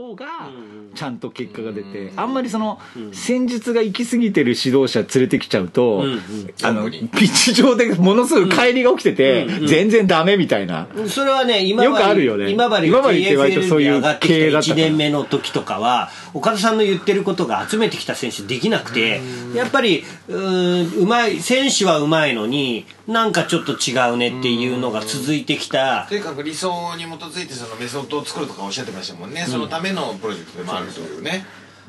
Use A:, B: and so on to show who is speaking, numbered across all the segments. A: 方が
B: うん
A: ちゃんと結果が出て、
C: うん
A: あんまりその
B: うん
A: 戦術が行き過ぎてる指導者連れてきちゃうと、
B: うん
A: あ
C: ギャン
A: の
C: ブ
A: ピ
C: リン
A: ッチ上でものすごい乖離が起きてて、
B: うんうん
A: 全然ダメみたいな、
B: うんそれはね、今治
A: よくあるよね
B: 今治
A: 今
B: が
A: 治って割と
B: JFL
A: そう
B: に
A: いう
B: 上がって
A: 系だ
B: きた
A: ったか
B: 1
A: ら
B: 年目の時とかは、岡田さんの言ってることが集めてきた選手できなくて、やっぱり、うーん、うまい、選手はうまいのに、なんかちょっと違うねっていうのが続いてきた、
C: とにかく理想に基づいてそのメソッドを作るとかおっしゃってましたもんね、そのためのプロジェクトでもあるというね、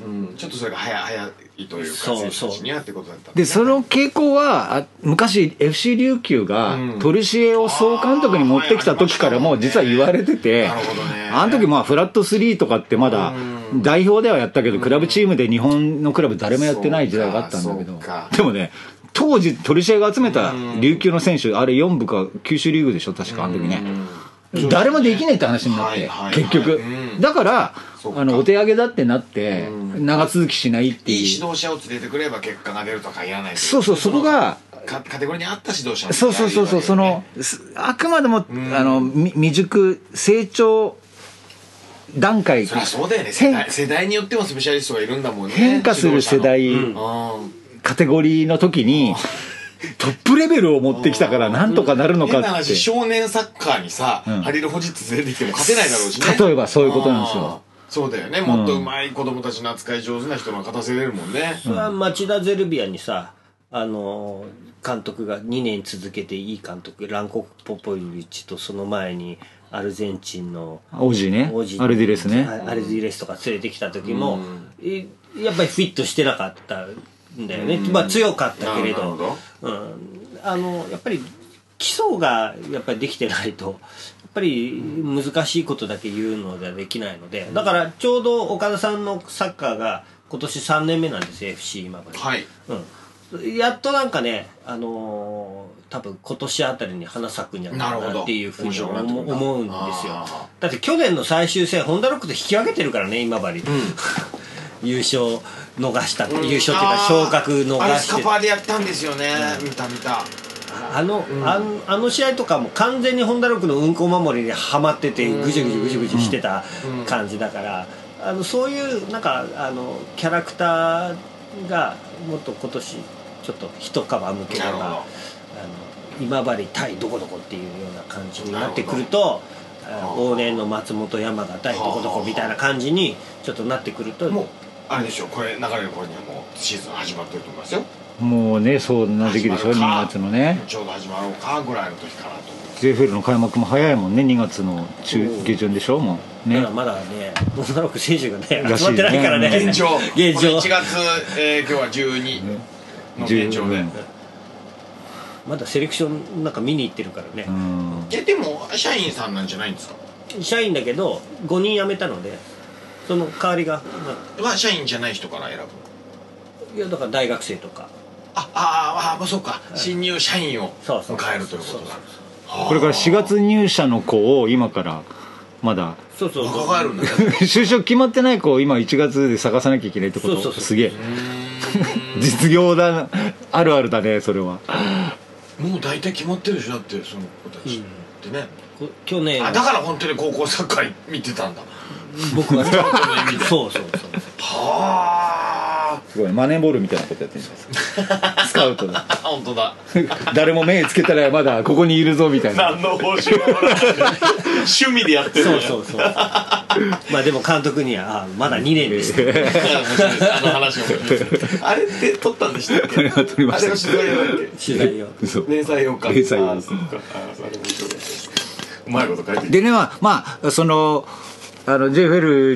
C: うん、ちょっとそれが早早いというか
B: そう
C: 選手たちにはってことだったん
A: で
C: ですね
A: その傾向はあ昔 FC 琉球が
C: うん
A: トルシエを総監督に持ってきた時からも
C: あー
A: 実は言われてて
C: なるほどね
A: あの時まあフラット3とかってまだ代表ではやったけどクラブチームで日本のクラブ誰もやってない時代があったんだけ
C: そ
A: ど
C: うか
A: でもね当時トルシエが集めた琉球の選手あれ4部か九州リーグでしょ確かあの時ね誰もできねえって話になっ
C: はい
A: て
C: はいはい
A: 結局
C: うん
A: だから
C: そうか
A: あのお手上げだってなって長続きしないって
C: いい
A: いう
C: 指導者を連れてくれば結果が出るとは限らないとい
A: そうそうそこが
C: かカテゴリーに合った指導者の
A: そうそうそうそう、その、すあくまでも、
C: ん
A: あの、み未熟、成長段階、
C: そりゃそうだよね世
A: 変
C: 代世代によってもスペシャリストがいるんだもんね
A: 変化する世代、
C: 指導者のうん
A: カテゴリーの時に、トップレベルを持ってきたからなんとかなるのか
C: 変
A: って
C: な。話少年サッカーにさ、
A: ん
C: ハリル・ホジッツ連れてきても勝てないだろうしね
A: 例えばそういうことなんですよ
C: あーそうだよねもっと上手い子供たちの扱い上手な人が勝たせれるもんね、
B: それは町田ゼルビアにさ、あのー監督が2年続けていい監督ランコポポイビッチとその前にアルゼンチンの
A: 王子ね
B: 王子。
A: アルディレスね。
B: あアルディレスとか連れてきた時も、いやっぱりフィットしてなかったんだよね、まあ、強かったけれ
C: なる
B: ど
C: ほど
B: うん、あのやっぱり基礎がやっぱりできてないとやっぱり難しいことだけ言うのではできないので、だからちょうど岡田さんのサッカーが今年3年目なんですよ FC 今まで。
C: はい
B: うん、やっとなんかね、あのー多分今年あたりに花咲くんじゃないか
C: なるほ
B: な
C: ど
B: っていうふう
C: 面
B: に
C: 白く
B: 思
C: なってくるな
B: 思うんですよ
C: あ
B: だって去年の最終戦ホンダロックと引き分けてるからね今治、 優勝逃した、優勝っていうか昇格逃
C: あれ
B: し
C: ス
B: て
C: カ
B: る
C: パーでやったんですよね、見た見た
B: あの、あのあの試合とかも完全に本田六の運行守りにはまっててぐじゅぐじゅぐじゅぐじゅしてた感じだから、あのそういうなんかあのキャラクターがもっと今年ちょっと一皮むければ
C: なるほど
B: あの今治対どこどこっていうような感じになってくると。あ往年の松本山が対どこどこみたいな感じにちょっとなってくると
C: もうあれでしょこれ流れる頃にはもうシーズン始まってると思いますよ
A: もうね、そんな時期でしょ、
C: 始ま
A: 2
C: るか
A: 月のね。
C: ちょうど始まろうかぐらいの時かなと思
A: JFL の開幕も早いもんね、2月の中、下旬でしょ、もう。
B: ま
A: ね
B: だ。まだね本田六選手がね
A: らしいね
B: 集まってないからね
C: う現状
B: 現状
C: これ1月、えー今日は12の現状で、
A: うん
B: まだセレクションなんか見に行ってるからね
A: う、ん。
C: えでも社員さんなんじゃないんですか
B: 社員だけど5人辞めたのでその代わりが
C: は社員じゃない人から選ぶ
B: いやだから大学生とか
C: あああまあそうか新入社員を
B: そうそう
C: 迎えるということだ
A: これから4月入社の子を今から、まだ
B: そうそうそう
C: 若返るんだね
A: 就職決まってない子を今1月で探さなきゃいけないってこと
B: そうそうそう
A: すげえ実業だなあるあるだねそれは
C: もう大体決まってるでしょだってその子たちってね、
B: こ去年
C: あだから本当に高校サッカー見てたんだ
B: 僕は
C: の意味で
B: そうそうそう
C: は
A: すごいマネーボールみたいなことやってるんです かスカウトだ
C: あ 本当だ
A: 誰も目つけたらまだここにいるぞみたいな
C: 何の報酬ももらってない趣味でやってる
B: そう そうそうまあでも監督にはあまだ2年ですって
C: いや面白いですあの話面白いです あれって撮ったんでしたっけ
A: 撮りました
C: あれの 取材だっけ
B: 取材を
A: 嘘
C: 連載用か
A: 連載用
C: あーそっかあーそれ面白かったですうまいこと書いてる
A: でねまあまあそのあの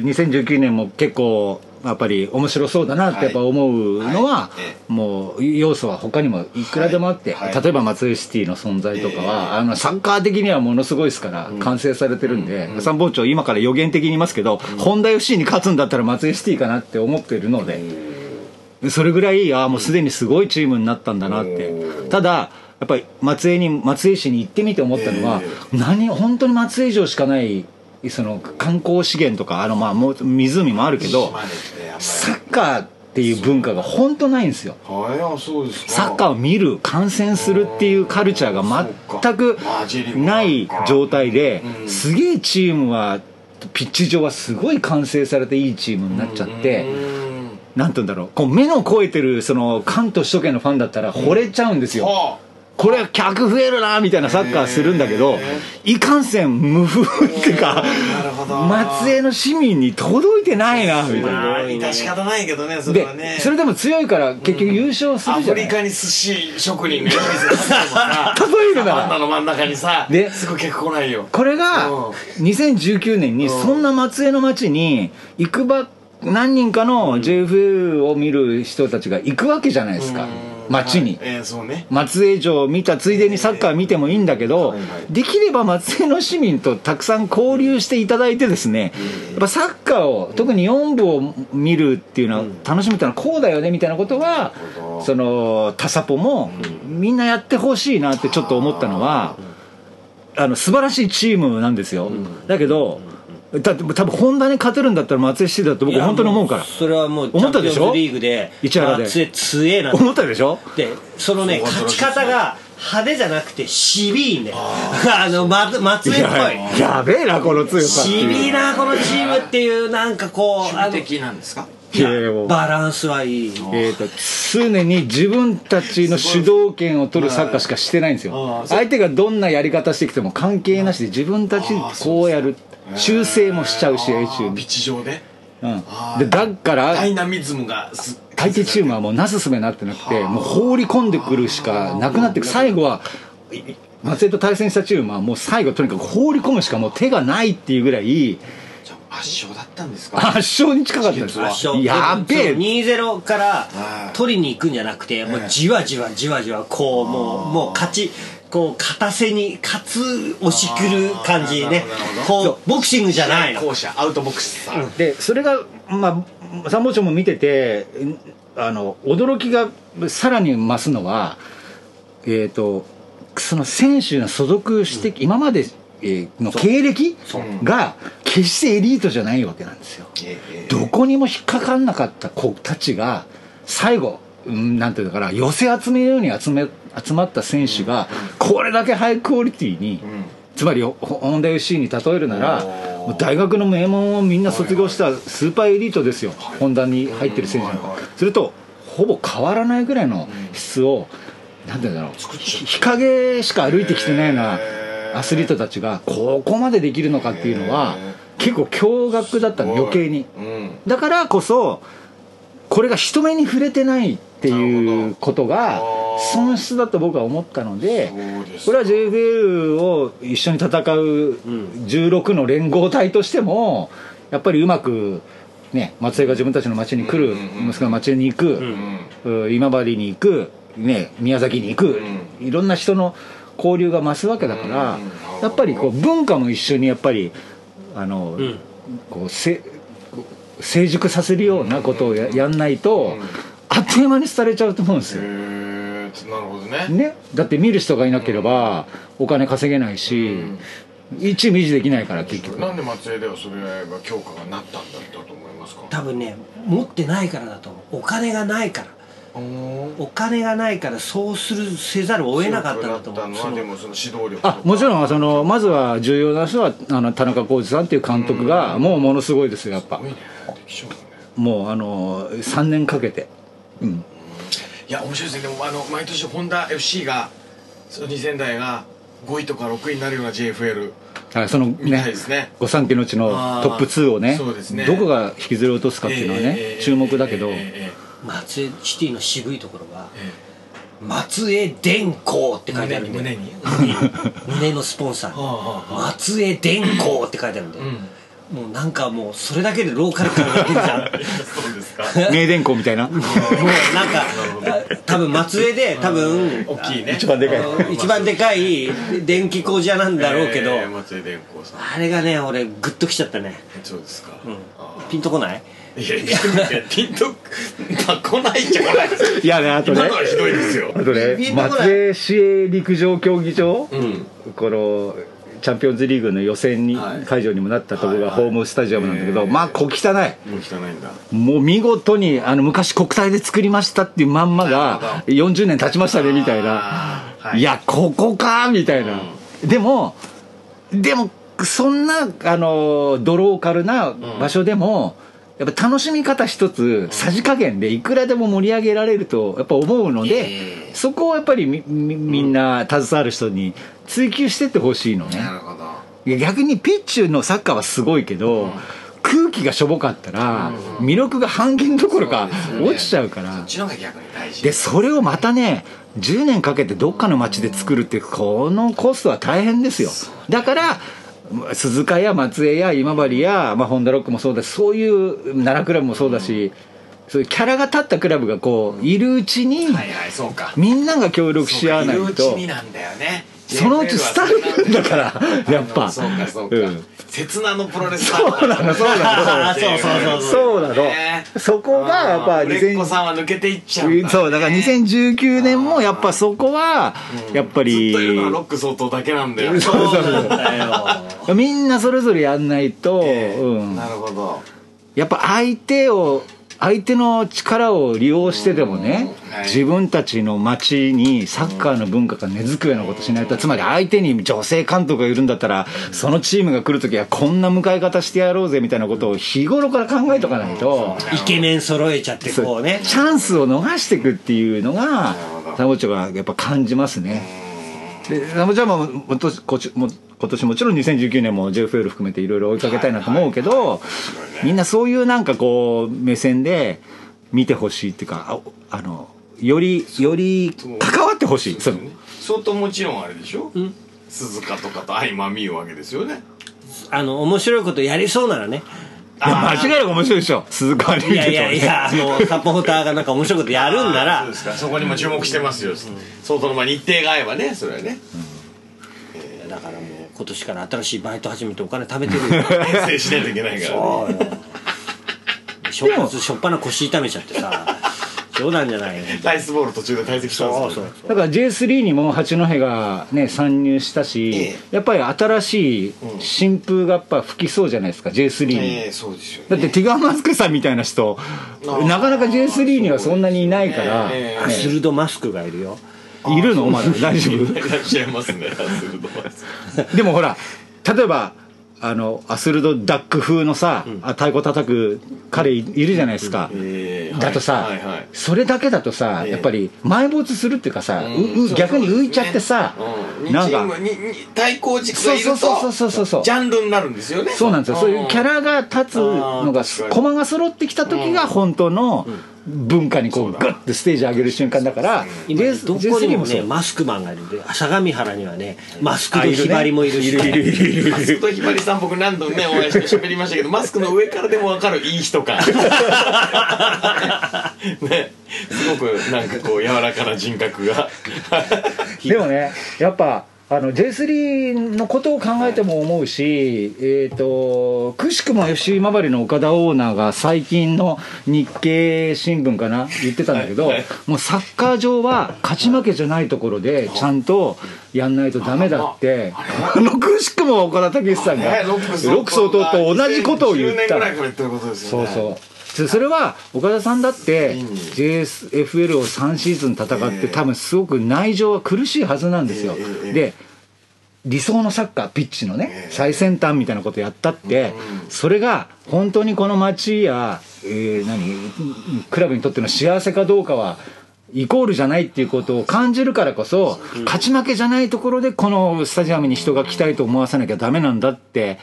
A: JFL2019 年も結構やっぱり面白そうだなってやっぱ思うのは、
C: はいえ
A: もう要素は他にもいくらでもあって、
C: はいはい
A: 例えば松江シティの存在とかは、あのサッカー的にはものすごいですから、完成されてるんで、三本町今から予言的に言いますけど、本田 FC に勝つんだったら松江シティかなって思ってるので。それぐらいああもうすでにすごいチームになったんだなってただやっぱり松江に松江市に行ってみて思ったのは、何本当に松江城しかないその観光資源とかあのまあもう湖もあるけど
C: 島根ってやっぱり
A: サッカーっていう文化が本当ないんですよ
C: はいあそうですか
A: サッカーを見る観戦するっていうカルチャーが全くない状態ですげえチームはピッチ上はすごい完成されていいチームになっちゃって、
C: うん
A: なんて言うんだろうこう目の肥えてるその関東首都圏のファンだったら惚れちゃうんですよ、
C: は
A: これは客増えるなみたいなサッカーするんだけど、いかんせん無風っていうか
C: なるほど
A: 松江の市民に届いてないなみたいな
C: まあ致し方ないけどねそれ
A: で
C: はね
A: それでも強いから結局優勝す
C: ア
A: るじゃな
C: フリ
A: い例
C: カに寿司職人がいる店立っててもさ
A: えるな
C: サバンナ
A: ら
C: の真ん中にさ
A: です
C: ぐ客来ないよ
A: これが
C: うん
A: 2019年にそんな松江の町に行くば何人かの JFL を見る人たちが行くわけじゃないですか町に
C: はいえーそうね
A: 松江城を見たついでにサッカー見てもいいんだけど、
C: はいはい
A: できれば松江の市民とたくさん交流していただいてですね、やっぱサッカーを特に4部を見るっていうのは楽しみたいなこうだよねみたいなことは
C: なるほど
A: そのタサポもみんなやってほしいなってちょっと思ったのはあの素晴らしいチームなんですよ、だけどだって多分本田に勝てるんだったら松江市だって僕本当に思うか
B: い
A: ら
B: やもそれはもう
A: 思ったでしょ
B: チャンピオンズリーグで
A: 市原で
B: 松江強えな
A: 思ったでしょ
B: でそのね
C: そう
B: 勝ち方が派手じゃなくて渋いんだよ あのま松江っぽい
A: ややべえなこの強さっていう
B: 渋いなこのチームっていうなんかこうあ
C: 守備
B: の
C: 的なんですか
A: いやいやもう
B: バランスはいい
A: えー、と常に自分たちの主導権を取るサッカーしかしてないんです
C: あ
A: よ
C: ーそう
A: 相手がどんなやり方してきても関係なしで自分たちこうやる修正もしちゃう試合中
C: ピッ
A: に、
C: チ上で
A: うん
C: あ、ー
A: でだか
C: ダ
A: ら
C: イナミズムがす
A: 相手チームはもうなすすべなってなくてもう放り込んでくるしかなくなってく最後はいい松江と対戦したチームはもう最後とにかく放り込むしかもう手がないっていうぐらい
C: じゃあ圧勝だったんですか
A: 圧勝に近かったんですよ
B: 圧勝
A: やべ
B: で
A: え
B: もそう2-0から
C: はい
B: 取りに行くんじゃなくてもうじわじわじわじわこうもうもう勝ちこう片手に勝つ押しくる感じね
C: あーなるほどなるほ
B: こうボクシングじゃないの
C: 後者アウトボックスさ
A: でそれがまあ参謀長も見ててんあの驚きがさらに増すのはえっ、とその選手の所属して、今まで、えーの経歴が決してエリートじゃないわけなんですよ。
C: ええ
A: どこにも引っかかんなかった子たちが最後うんなんていうのかな寄せ集めるように集め集まった選手がこれだけハイクオリティに、つまりほホンダ FC に例えるなら
C: お
A: も
C: ー
A: う大学の名門をみんな卒業したスーパーエリートですよ、ホンダに入ってる選手なんか、
C: うんはいはい
A: それとほぼ変わらないぐらいの質を、なんていうんだろう
C: 作っちゃった
A: 日陰しか歩いてきてないような
C: へー
A: アスリートたちがここまでできるのかっていうのは結構驚愕だったの余計に。
C: うん
A: だからこそこれが人目に触れてないって
C: ないる
A: うことが
C: あー
A: 損失だと僕は思ったので
C: そうですか
A: これは JFL を一緒に戦う16の連合体としてもやっぱりうまく、ね、松江が自分たちの町に来る
C: うんうんうんうん
A: 息子が町に行
C: う
A: く
C: ん
A: うん今治に行く、ね、宮崎に行くいろんな人の交流が増すわけだか
C: う
A: ら
C: んうんなるほど
A: やっぱりこう文化も一緒にやっぱりあの、
B: うん
A: こうせこう成熟させるようなことをややんないと、あっという間に廃れちゃうと思うんです
C: へ
A: よ、
C: えなるほどね
A: ね、だって見る人がいなければお金稼げないし、一チーム維持できないから結局
C: なんで松江ではそれが強化がなったんだったと思いますか
B: 多分ね持ってないからだと思うお金がないから
C: おー
B: お金がないからそうするせざるを得なかったんだと
C: 強くな
B: 思う
C: った
B: そ
C: のは
B: の
C: でもその指導力とか
A: あもちろんそのまずは重要な人はあの田中浩二さんっていう監督がもうものすごいですよやっぱ
C: すごいねできそうだね
A: もうあの3年かけて、うん、
C: いや面白いですねでもあの毎年ホンダ FC がその2000代が5位とか6位になるような JFL
A: あその
C: みたい
A: ね
C: ですね
A: 御三家のうちのトップ2を
C: あ
A: ね
C: ーそうですね
A: どこが引きずり落とすかっていうのはね、
C: えー
A: 注目だけど、
C: えーえ
B: 松江シティの渋いところは
C: ーえ
B: 「松江電工」って
C: ー
B: 書いて
C: 胸
B: ある
C: に
B: んで
C: 胸に
B: 胸のスポンサー
C: はあはあはあ
B: 松江電工って書いてあるんだよ、もうなんかもうそれだけでローカル感が出るじゃんも
C: そうですか
A: 名電工みたいな
B: うなんか多分松江で多分
C: 大きいね
A: 一番でかい
B: あの一番でかい電気工事屋なんだろうけど、
C: えー松江電工さん
B: あれがね俺グッときちゃったね、
C: そうですか、
B: うん
C: あー
B: ピンとこない
C: いやいやいやピンとまあ来ないっちゃ来ないです
A: いやねあとね
C: 今のはひどいですよ
A: あと
B: ビ
A: ね
B: ンタぐらい
A: 松江市営陸上競技場、
C: ん
A: このチャンピオンズリーグの予選に、
C: はい
A: 会場にもなったところ
C: はい
A: が
C: はい
A: ホームスタジアムなんだけど、
C: えー
A: まあ小汚
C: もう汚いんだ
A: いもう見事にあの昔国体で作りましたっていうまんま
C: な
A: が
C: る
A: 40年経ちましたねみたいな、
C: あーはい
A: い、やここかみたいな、でもでもそんなあのドローカルな場所でも、やっぱ楽しみ方一つさじ加減でいくらでも盛り上げられるとやっぱ思うので、
C: え
A: そこをやっぱりみみみんな携わる人に追求してってほしいのね
C: なるほど
A: いや逆にピッチュのサッカーはすごいけど、空気がしょぼかったら、魅力が半減どころか
C: そうですね
A: 落ちちゃうから
C: そっちの方が逆に大事
A: でそれをまたね10年かけてどっかの町で作るってこのコストは大変ですよだから鈴鹿や松江や今治や、まあ、ホンダロックもそうだしそういう奈良クラブもそうだし、そういうキャラが立ったクラブがこういるうちに、
C: はいはいそうか
A: みんなが協力し合わない
C: そうか
A: と
C: るうちになんだよね
A: そのうちスタートだからやっぱ
C: そうかそうか
A: うん
C: 刹那のプロレスそう
A: そうなのそうなの
B: そうそうそう
A: そうなの
C: ね
A: そこがやっぱ
C: 売れっ子さんは抜けていっちゃうからね
A: そうだから2019年もやっぱそこはやっぱり
C: ずっといるのはロック相当だけなんだ よ
A: そう
B: そうなんだよ
A: みんなそれぞれやんないと、うん、
C: なるほど
A: やっぱ相手を相手の力を利用してでもね、
C: うんはい
A: 自分たちの町にサッカーの文化が根付くようなことしないとつまり相手に女性監督がいるんだったらそのチームが来るときはこんな迎え方してやろうぜみたいなことを日頃から考えとかないと、
B: イケメン揃えちゃってこうね
A: チャンスを逃していくっていうのが
C: ほど
A: サボチョがやっぱ感じますねでサボチョはもうもっとこちも今年もちろん2019年も JFL 含めていろいろ追いかけたいなと思うけどみんなそういうなんかこう目線で見てほしいっていうかああのよりより関わってほしいその
C: 相当もちろんあれでしょ鈴鹿とかと相まみうわけですよね
B: あの面白いことやりそうならね
A: いや間違いなく面白いでしょ鈴鹿アリーナ
B: いや
A: と
B: いやい やあのサポーターがなんか面白いことやるんな
C: あーそう
B: ら
C: ですかそこにも注目してますよ相当のまあ日程が合えばねそれは ね
B: だからもう今年から新しいバイト始めてお金貯めて るよ
C: 遠征しないといけない からね
B: そうよ正月しょっぱな腰痛めちゃってさ冗談じゃないよ
C: ライスボール途中で退席したんです
B: そ
C: よ
B: うそう
A: だから J3 にも八戸がね参入したし、
C: え
A: やっぱり新しい新風がやっぱ吹きそうじゃないですか J3 に、
C: ええそうですよね
A: だってティガーマスクさんみたいな人
C: ー
A: なかなか J3 にはそんなにいないから、
C: ええ
B: アスルドマスクがいるよ
A: いるのまだ大丈
C: いらっしゃいますね鋭いです
A: 夫でもほら例えばあのアスルドダック風のさ、あ太鼓叩く彼いいるじゃないですか、
C: ええはい
A: だとさ、
C: はいはい
A: それだけだとさ、
C: ええ
A: やっぱり埋没するっていうかさ、う
C: うん
A: う逆に浮いちゃってさ、
C: うん
A: なん
C: に
A: か
C: チームにに対抗軸がいると
A: そうそうそうそうそうそう
C: ジャンルになるんですよね
A: そうなんですよそういうキャ
C: ラ
A: ラが立つの
C: あ
A: が
C: ー確かに
A: 駒が揃ってきた時が本当の文化にこうグッてステージ上げる瞬間だから
B: 今ね
A: レース
B: どこに
A: J3
B: も
A: そ
B: ね
A: う
B: マスクマンがいるんで相模原にはねマスクとひばりもいるし
A: いるいるいる
C: マスクとひばりさん僕何度もねお会いして喋りましたけどマスクの上からでも分かるいい人感 ねすごくなんかこう柔らかな人格 が
A: でもねやっぱあの J3 のことを考えても思うし、えー、とくしくも吉井今治の岡田オーナーが最近の日経新聞かな言ってたんだけど、
C: はいはい
A: もうサッカー場は勝ち負けじゃないところでちゃんとやんないとダメだってあのくしくも岡田武史さんが
C: ね
A: ロック相当と同じことを言っ
C: 10年ぐ
A: た
C: らいから言ってることですよ
A: そう
C: ね
A: そうそそれは岡田さんだって
C: ついに
A: JFL を3シーズン戦っ
C: え
A: て
C: え
A: 多分すごく内情は苦しいはずなんですよ
C: ええええ
A: で理想のサッカーピッチのね
C: ええ
A: 最先端みたいなことやったってそれが本当にこの街やえー何クラブにとっての幸せかどうかはイコールじゃないっていうことを感じるからこそ勝ち負けじゃないところでこのスタジアムに人が来たいと思わせなきゃダメなんだって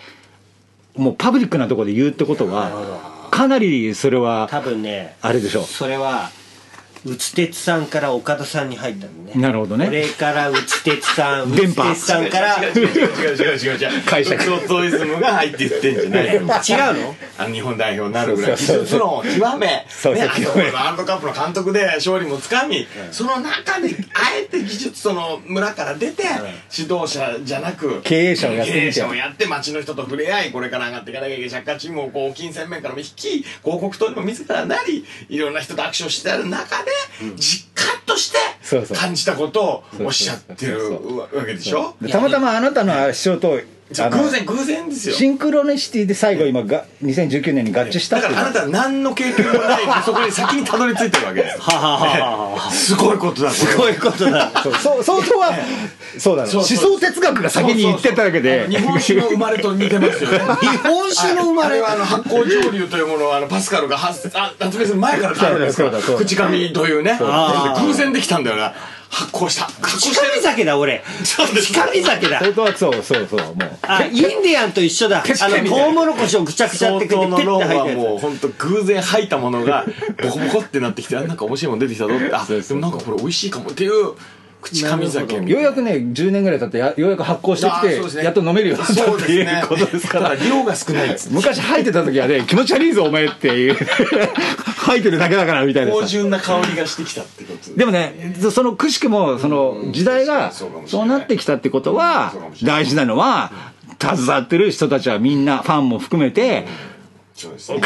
A: もうパブリックなところで言うってことはかなりそれ
B: 多
A: は
B: 分ね
A: あれでしょ
B: それはうつてつさんから岡田さんに入ったのね
A: なるほどね
B: 俺からうつてつさんう
A: 電
B: つ
A: 波
B: てつさんから
C: 違う
B: 違
C: 違う違う違う違う違う
A: 解釈
C: ウソトイズムが入って言ってんじゃないよ
B: うの
C: あの日本代表になるぐらい
A: そ
C: 技
A: うそう
C: 術論を極めね
A: そうそう
C: あとワールドカップの監督で勝利もつかみその中であえて技術その村から出て指導者じゃなく
A: 経営者をやってみて
C: 経営者をやって町の人と触れ合いこれから上がっていかなきゃいけないサッカーチームをこう金銭面からも引き広告塔にも自らなりいろんな人と握手をしてある中で実感として
A: そうそう
C: 感じたことをおっしゃって
A: そう
C: るわけでしょ
A: たまたまあなたの師匠と
C: じゃあ偶然偶然ですよ
A: シンクロネシティで最後今が2019年に合致したっ
C: だ
A: て
C: か
A: いう
C: らあなたは何の経験もないでそこに先にたどり着いてるわけです
B: ははははは
C: すごいことだこれ
B: そういうことだ
A: そうそう相当はそうだろう
C: そう
A: 思
C: そう
A: 想哲学が先に言ってただけで
C: 日本酒の生まれと似てますよね
B: 日本酒の生ま
C: あれ
B: れ
C: はあの発酵蒸留というものはあのパスカルが発あ発明する前からあるんですから
A: そうだそうだそうだ
C: 口紙というね
B: あー
C: 偶然できたんだよな発酵した口
B: 近見酒だ俺
C: そうです
B: 近見酒だ
A: 相当はそうそうそうもう
B: あインディアンと一緒だ
C: 確
B: あ
C: か
B: の
C: に
B: トウモロコシをぐちゃぐちゃっ
C: 相
B: てくれ
C: 当
B: て
C: の
B: ペッて
C: 論
B: 入
C: は
B: ったや
C: もう本当偶然吐いたものがボコボコってなってきてあなんか面白いもん出てきたぞってあ
A: そうそう
C: でもなんかこれ美味しいかもっていう口紙酒みた
A: よう
C: い
A: やくね10年ぐらい経ってやようやく発酵して
C: なあーそうで
A: き
C: す
A: て、
C: ね
A: やっと飲めるようになった
C: そ
A: っ
C: う
A: て
C: ですね
A: いうこと ですから
C: ただ量が少ないです
A: 昔吐いてた時はね気持ち悪いぞお前っていう吐いてるだけだからみたいな
C: 芳
A: さ
C: 醇な香りがしてきたってこと
A: でもねそのくしくもその時代が
C: そうかもしれない
A: そうなってきたってことは
C: うんそうかもしれな
A: 大事なのは携わってる人たちはみんなファンも含めて
C: そうですね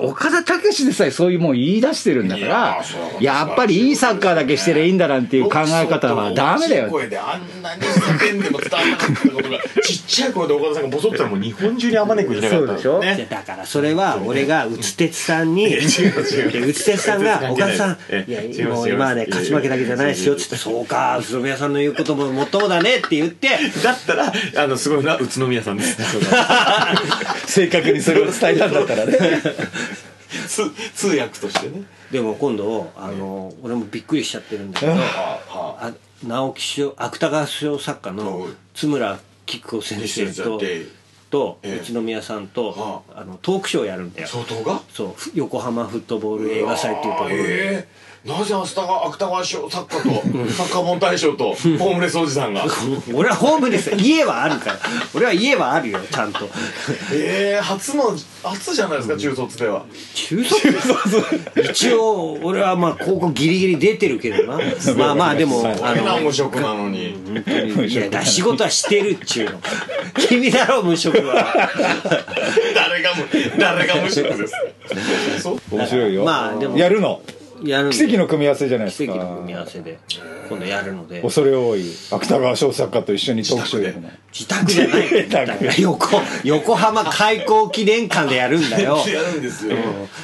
A: 岡田武史でさえそういうもん言い出してるんだか
C: いや
A: ら
C: ーそうだ
A: やっぱりいいサッカーだけしてりゃいいんだなんていう考え方はダメだ
C: 大きい
A: よ
C: 声であんなに叫んでも伝わらなかったことがちっちゃい声で岡田さんがボソッともう日本中にあまねくいなかったんです
A: そうで
B: つでだからそれは俺が宇津鉄さんにで宇津鉄さん が「
C: 違う
B: 岡田さん
C: え
B: いや
C: 違います
B: もう
C: 違います
B: 今はね勝ち負けだけじゃないですよ」っつって「そうか宇都宮さんの言うことももっともだね」って言って
C: だったらあのすごいな宇都宮さん です
A: 正確にそれを伝えたんだったらね
C: 通通訳としてね
B: でも今度あの俺もびっくりしちゃってるんだけど
C: ああ
B: あ直木賞芥川賞作家の
C: うん
B: 津村菊子先生と
C: で
B: と
C: ええ
B: 宇都宮さんと
C: は
B: あのトークショーやるんだよ
C: 相当が
B: そうふ横浜フットボール映画祭っていうところで
C: ええなぜ芥川芥川賞作家と作家本大賞とホームレスおじさんが
B: 俺はホームレス家はある から俺は家はあるよちゃんと
C: ええ初の初じゃないですか中卒では
B: 中卒一応俺はまあ高校ギリギリ出てるけ どなまあまあでもあ
C: 変な
B: の
C: 無職なのに
B: いやだ仕事はしてるっちゅうの君だろ無職 は
C: 誰がも誰が無職ですそう
A: 面白いよ
B: まあでも
A: やるの
B: やるんで
A: 奇跡の組み合わせじゃないです
B: 奇
A: か
B: 跡の組み合わせで今度やるので
A: 恐れ多い芥川賞作家と一緒にトークショーやるの
B: 自宅じゃない
A: 自宅
B: から横横浜開港記念館でやるんだ よ
C: やるんですよ、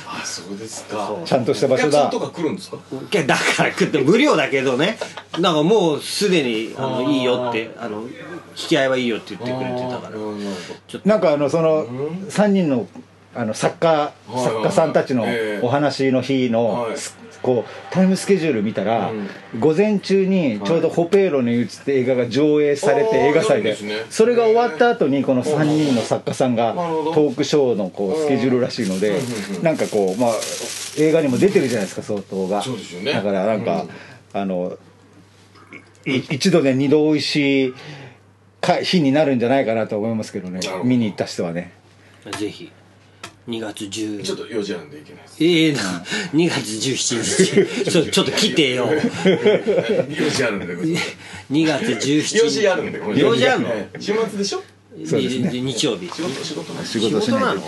C: あそうですか
A: ちゃんとした
C: お
A: 場所
C: 客さん
A: だ
C: とか来るんですか
B: いやだから食って無料だけどねなんかもうすでにあのいいよってあの引き合いはいいよって言ってくれてたから
A: なんかあのその3人のあの作家
C: はい
A: 作家さんたちの
C: ええ
A: お話の日の
C: はい
A: すこうタイムスケジュール見たら午前中にちょうど「ホペーロに映って映画が上映されて
C: あー
A: 映画祭
C: 夜
A: で
C: ですね
A: それが終わった後にこの3人の作家さんが
C: なるほど
A: トークショーのこうスケジュールらしいのでなんかこうまあ映画にも出てるじゃないですか相当が
C: そうですよね
A: だからなんかあのい一度で二度おいしいか日になるんじゃないかなと思いますけどね
C: なるほど
A: 見に行った人はね
B: ぜひ2月10
C: ちょっと用事あるんでいけない です
B: ええな2月17日ちょちょっと来てよ
C: 用事あるんでございます
B: 2月17日
C: 用事あるんでございます
B: 用事あるの
C: ええ週末でしょ
A: そうですね
B: に日曜日
C: 仕事仕事なんです
A: 仕事しないと
B: 仕事なの
A: だ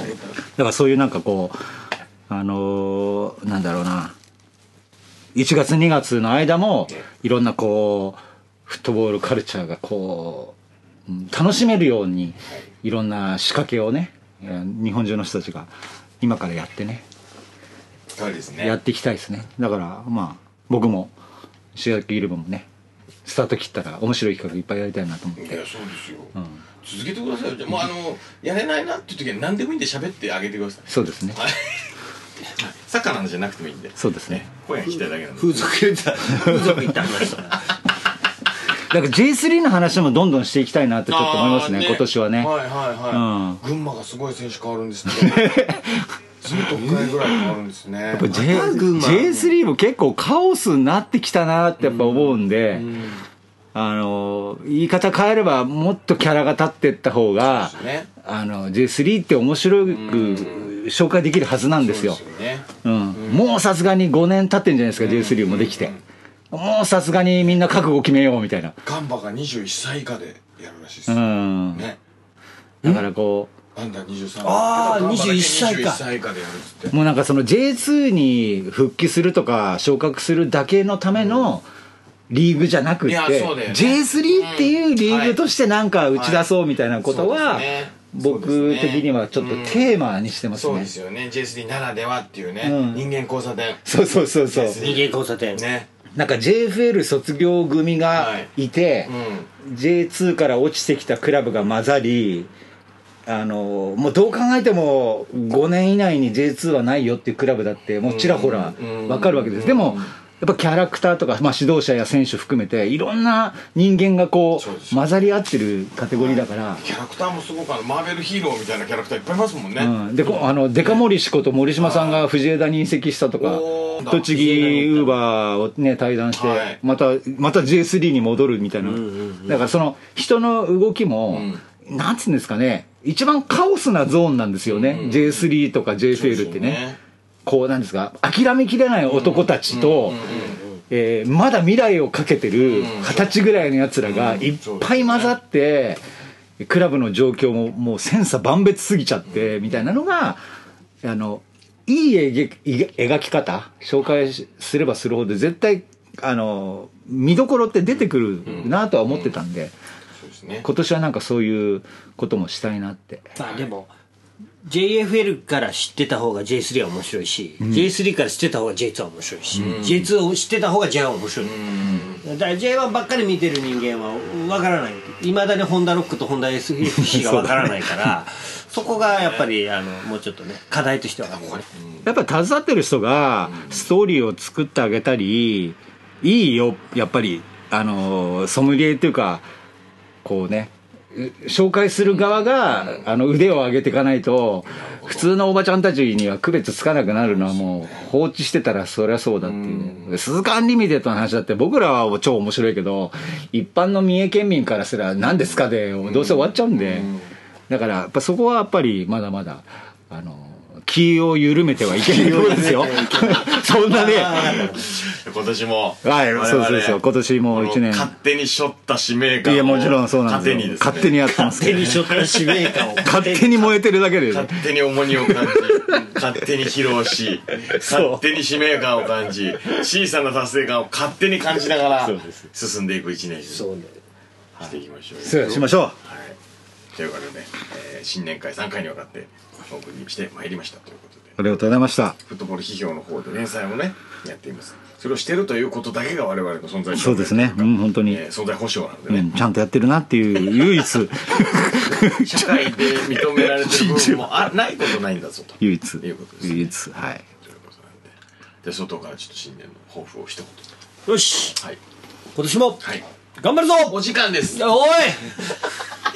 A: からそういうなんかこうあのーなんだろうな1月2月の間もいろんなこうフットボールカルチャーがこううん楽しめるようにいろんな仕掛けをねえー日本中の人たちが今からやってね
C: そうですね
A: やっていきたいですねだからまあ僕も主役イレブンもねスタート切ったら面白い企画いっぱいやりたいなと思っ
C: い
A: て
C: やそうですよ、続けてくださいよじゃあもうあのやれないなっていう時は何でもいいんで喋ってあげてください
A: そうですね
C: はいサッカーなんじゃなくてもいいんで
A: そうですね
C: 声が聞きたいだけなんで
B: 風俗行った風俗行った話だな
A: だから J3 の話もどんどんしていきたいなってちょっと思いますね
C: あー
A: 今年はね、
C: はいはいはい、群馬がすごい選手変わるんです けどずっと6回ぐらい変わるんですねやっ
A: やっぱ J- J3 も結構カオスになってきたなってやっぱ思うんで、あの言い方変えればもっとキャラが立ってった方が、
C: そうですね
A: あの J3 って面白く紹介できるはずなんですよ。
C: ね
A: うんもうさすがに5年経ってんじゃないですか J3 もできて、もうさすがにみんな覚悟決めようみたいな、
C: ガンバが21歳以下でやるらしいです、
A: うん、
C: ね
A: だからこう
C: アンダー23
B: あー
C: ガンバだけ
B: 21歳か
C: 21歳以下でやるっつって
A: もうなんかその J2 に復帰するとか昇格するだけのための、リーグじゃなくっ
C: い
A: て、
C: やそうだよね
A: J3 っていうリーグとしてなんか打ち出そうみたいなことは、
C: はいはいそうですね
A: 僕的にはちょっとテーマにしてます
C: そう
A: ね
C: で。すよね J3 ならではっていうね、
A: うん
C: 人間交差点
A: そうそうそうそう。
C: です
B: 人間交差点
C: ね
A: なんか JFL 卒業組がいて、
C: う
A: J2 から落ちてきたクラブが混ざりあのもうどう考えても5年以内に J2 はないよっていうクラブだってもうちらほら
C: うん
A: 分かるわけです、
C: うん
A: でもやっぱキャラクターとか、まあ、指導者や選手含めていろんな人間がこ
C: そうです
A: う混ざり合ってるカテゴリーだから、
C: キャラクターもすごくあのマーベルヒーローみたいなキャラクターいっぱいいますもんね、
A: うん、でこあのデカ森氏こと森島さんが藤枝に移籍したとか
C: おー
A: 栃木ウーバーをね対談して、
C: はい
A: またまた J3 に戻るみたいな、だからその人の動きも、なんつうんですかね一番カオスなゾーンなんですよね、
C: うんうんうん
A: J3 とか JFL ってね
C: そうですよね
A: こうなんですか諦めきれない男たちと、えーまだ未来をかけてる
C: うん
A: 二十歳ぐらいのやつらが
C: うん
A: いっぱい混ざって、クラブの状況ももう千差万別すぎちゃって、みたいなのがあのいい描き描き方紹介しすればするほど絶対あの見どころって出てくるなとは思ってたんで、
C: そうですね
A: 今年はなんかそういうこともしたいなって。
B: まあでも JFL から知ってた方が J3 は面白いし、J3 から知ってた方が J2 は面白いし、J2 を知ってた方が J1 は面白い、だから J1 ばっかり見てる人間はわからないいまだにホンダロックとホンダ SFC がわからない からそ,、こがやっぱりあのもうちょっとね課題としてはあるよね
A: やっぱり携わってる人がストーリーを作ってあげたり、いいよやっぱりあのソムリエっていうかこうねう紹介する側が、あの腕を上げていかないと普通のおばちゃんたちには区別つかなくなるのはもう放置してたらそりゃそうだっていう、ね、鈴鹿アンリミテッドの話だって僕らは超面白いけど一般の三重県民からすら何ですかでどうせ終わっちゃうんで、だからやっぱそこはやっぱりまだまだあの気を緩めてはいけないところですよそんなね
C: 今年も
A: はい
C: 我々
A: そうそうそう今年も一年
C: この勝手に背負った使命感を
A: いやもちろんそうなんですよ
C: 勝手にですね
A: 勝手にやってます
B: 勝手にしょった使命感を
A: 勝手に燃えてるだけで
C: 勝手に重荷を感じ勝手に疲労 し勝手に使命感を感じ小さな達成感を勝手に感じながら進んでいく一年にし
B: そうね
C: ていきましょう
A: そうしましょう
C: というわけで、えー新年会3回にわたってお送りしてまいりましたということで
A: ありがとうございました
C: フットボール批評の方で連載もねやっていますそれをしてるということだけが我々の存在証明
A: そうですねうん本当に
C: えー存在保証なんで
A: う
C: ね、
A: んちゃんとやってるなっていう唯一
C: 社会で認められてる部分 もあないことないんだぞと
A: 唯一
C: いうことですね
A: 唯一はい
C: ということなんでで外からちょっと新年の抱負を一言
B: よし
C: はい
B: 今年も
C: はい
B: 頑張るぞ
C: お時間です
B: おい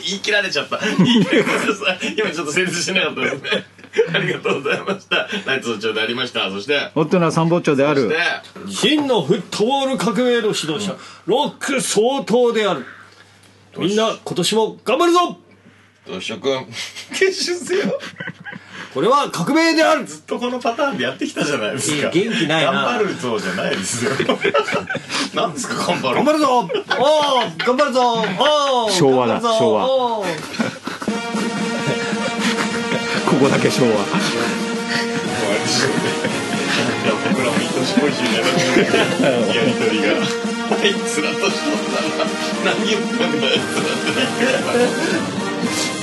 C: 言い切られちゃった言い切られちゃった今ちょっと成立しなかった ですねありがとうございましたナイツ長でありましたそして
A: オットナ参謀長であ
C: そし
A: る
C: て
B: 真のフットボール革命の指導者、ロック相当であるみんな今年も頑張るぞ
C: どうしようく ん結集せよ
B: これは革命である
C: ずっとこのパターンでやってきたじゃないですか
B: いや元気ないな
C: 頑張るぞじゃないですよ なんですか頑張る
B: 頑張るぞおー頑張るぞおー
A: 昭和だ
B: 頑張るぞ
A: 昭和
B: おー
A: ここだけ昭和
C: いや僕らもいとしこいしになるやりとりが あいつらとしとったら何言ったんだよあいつらって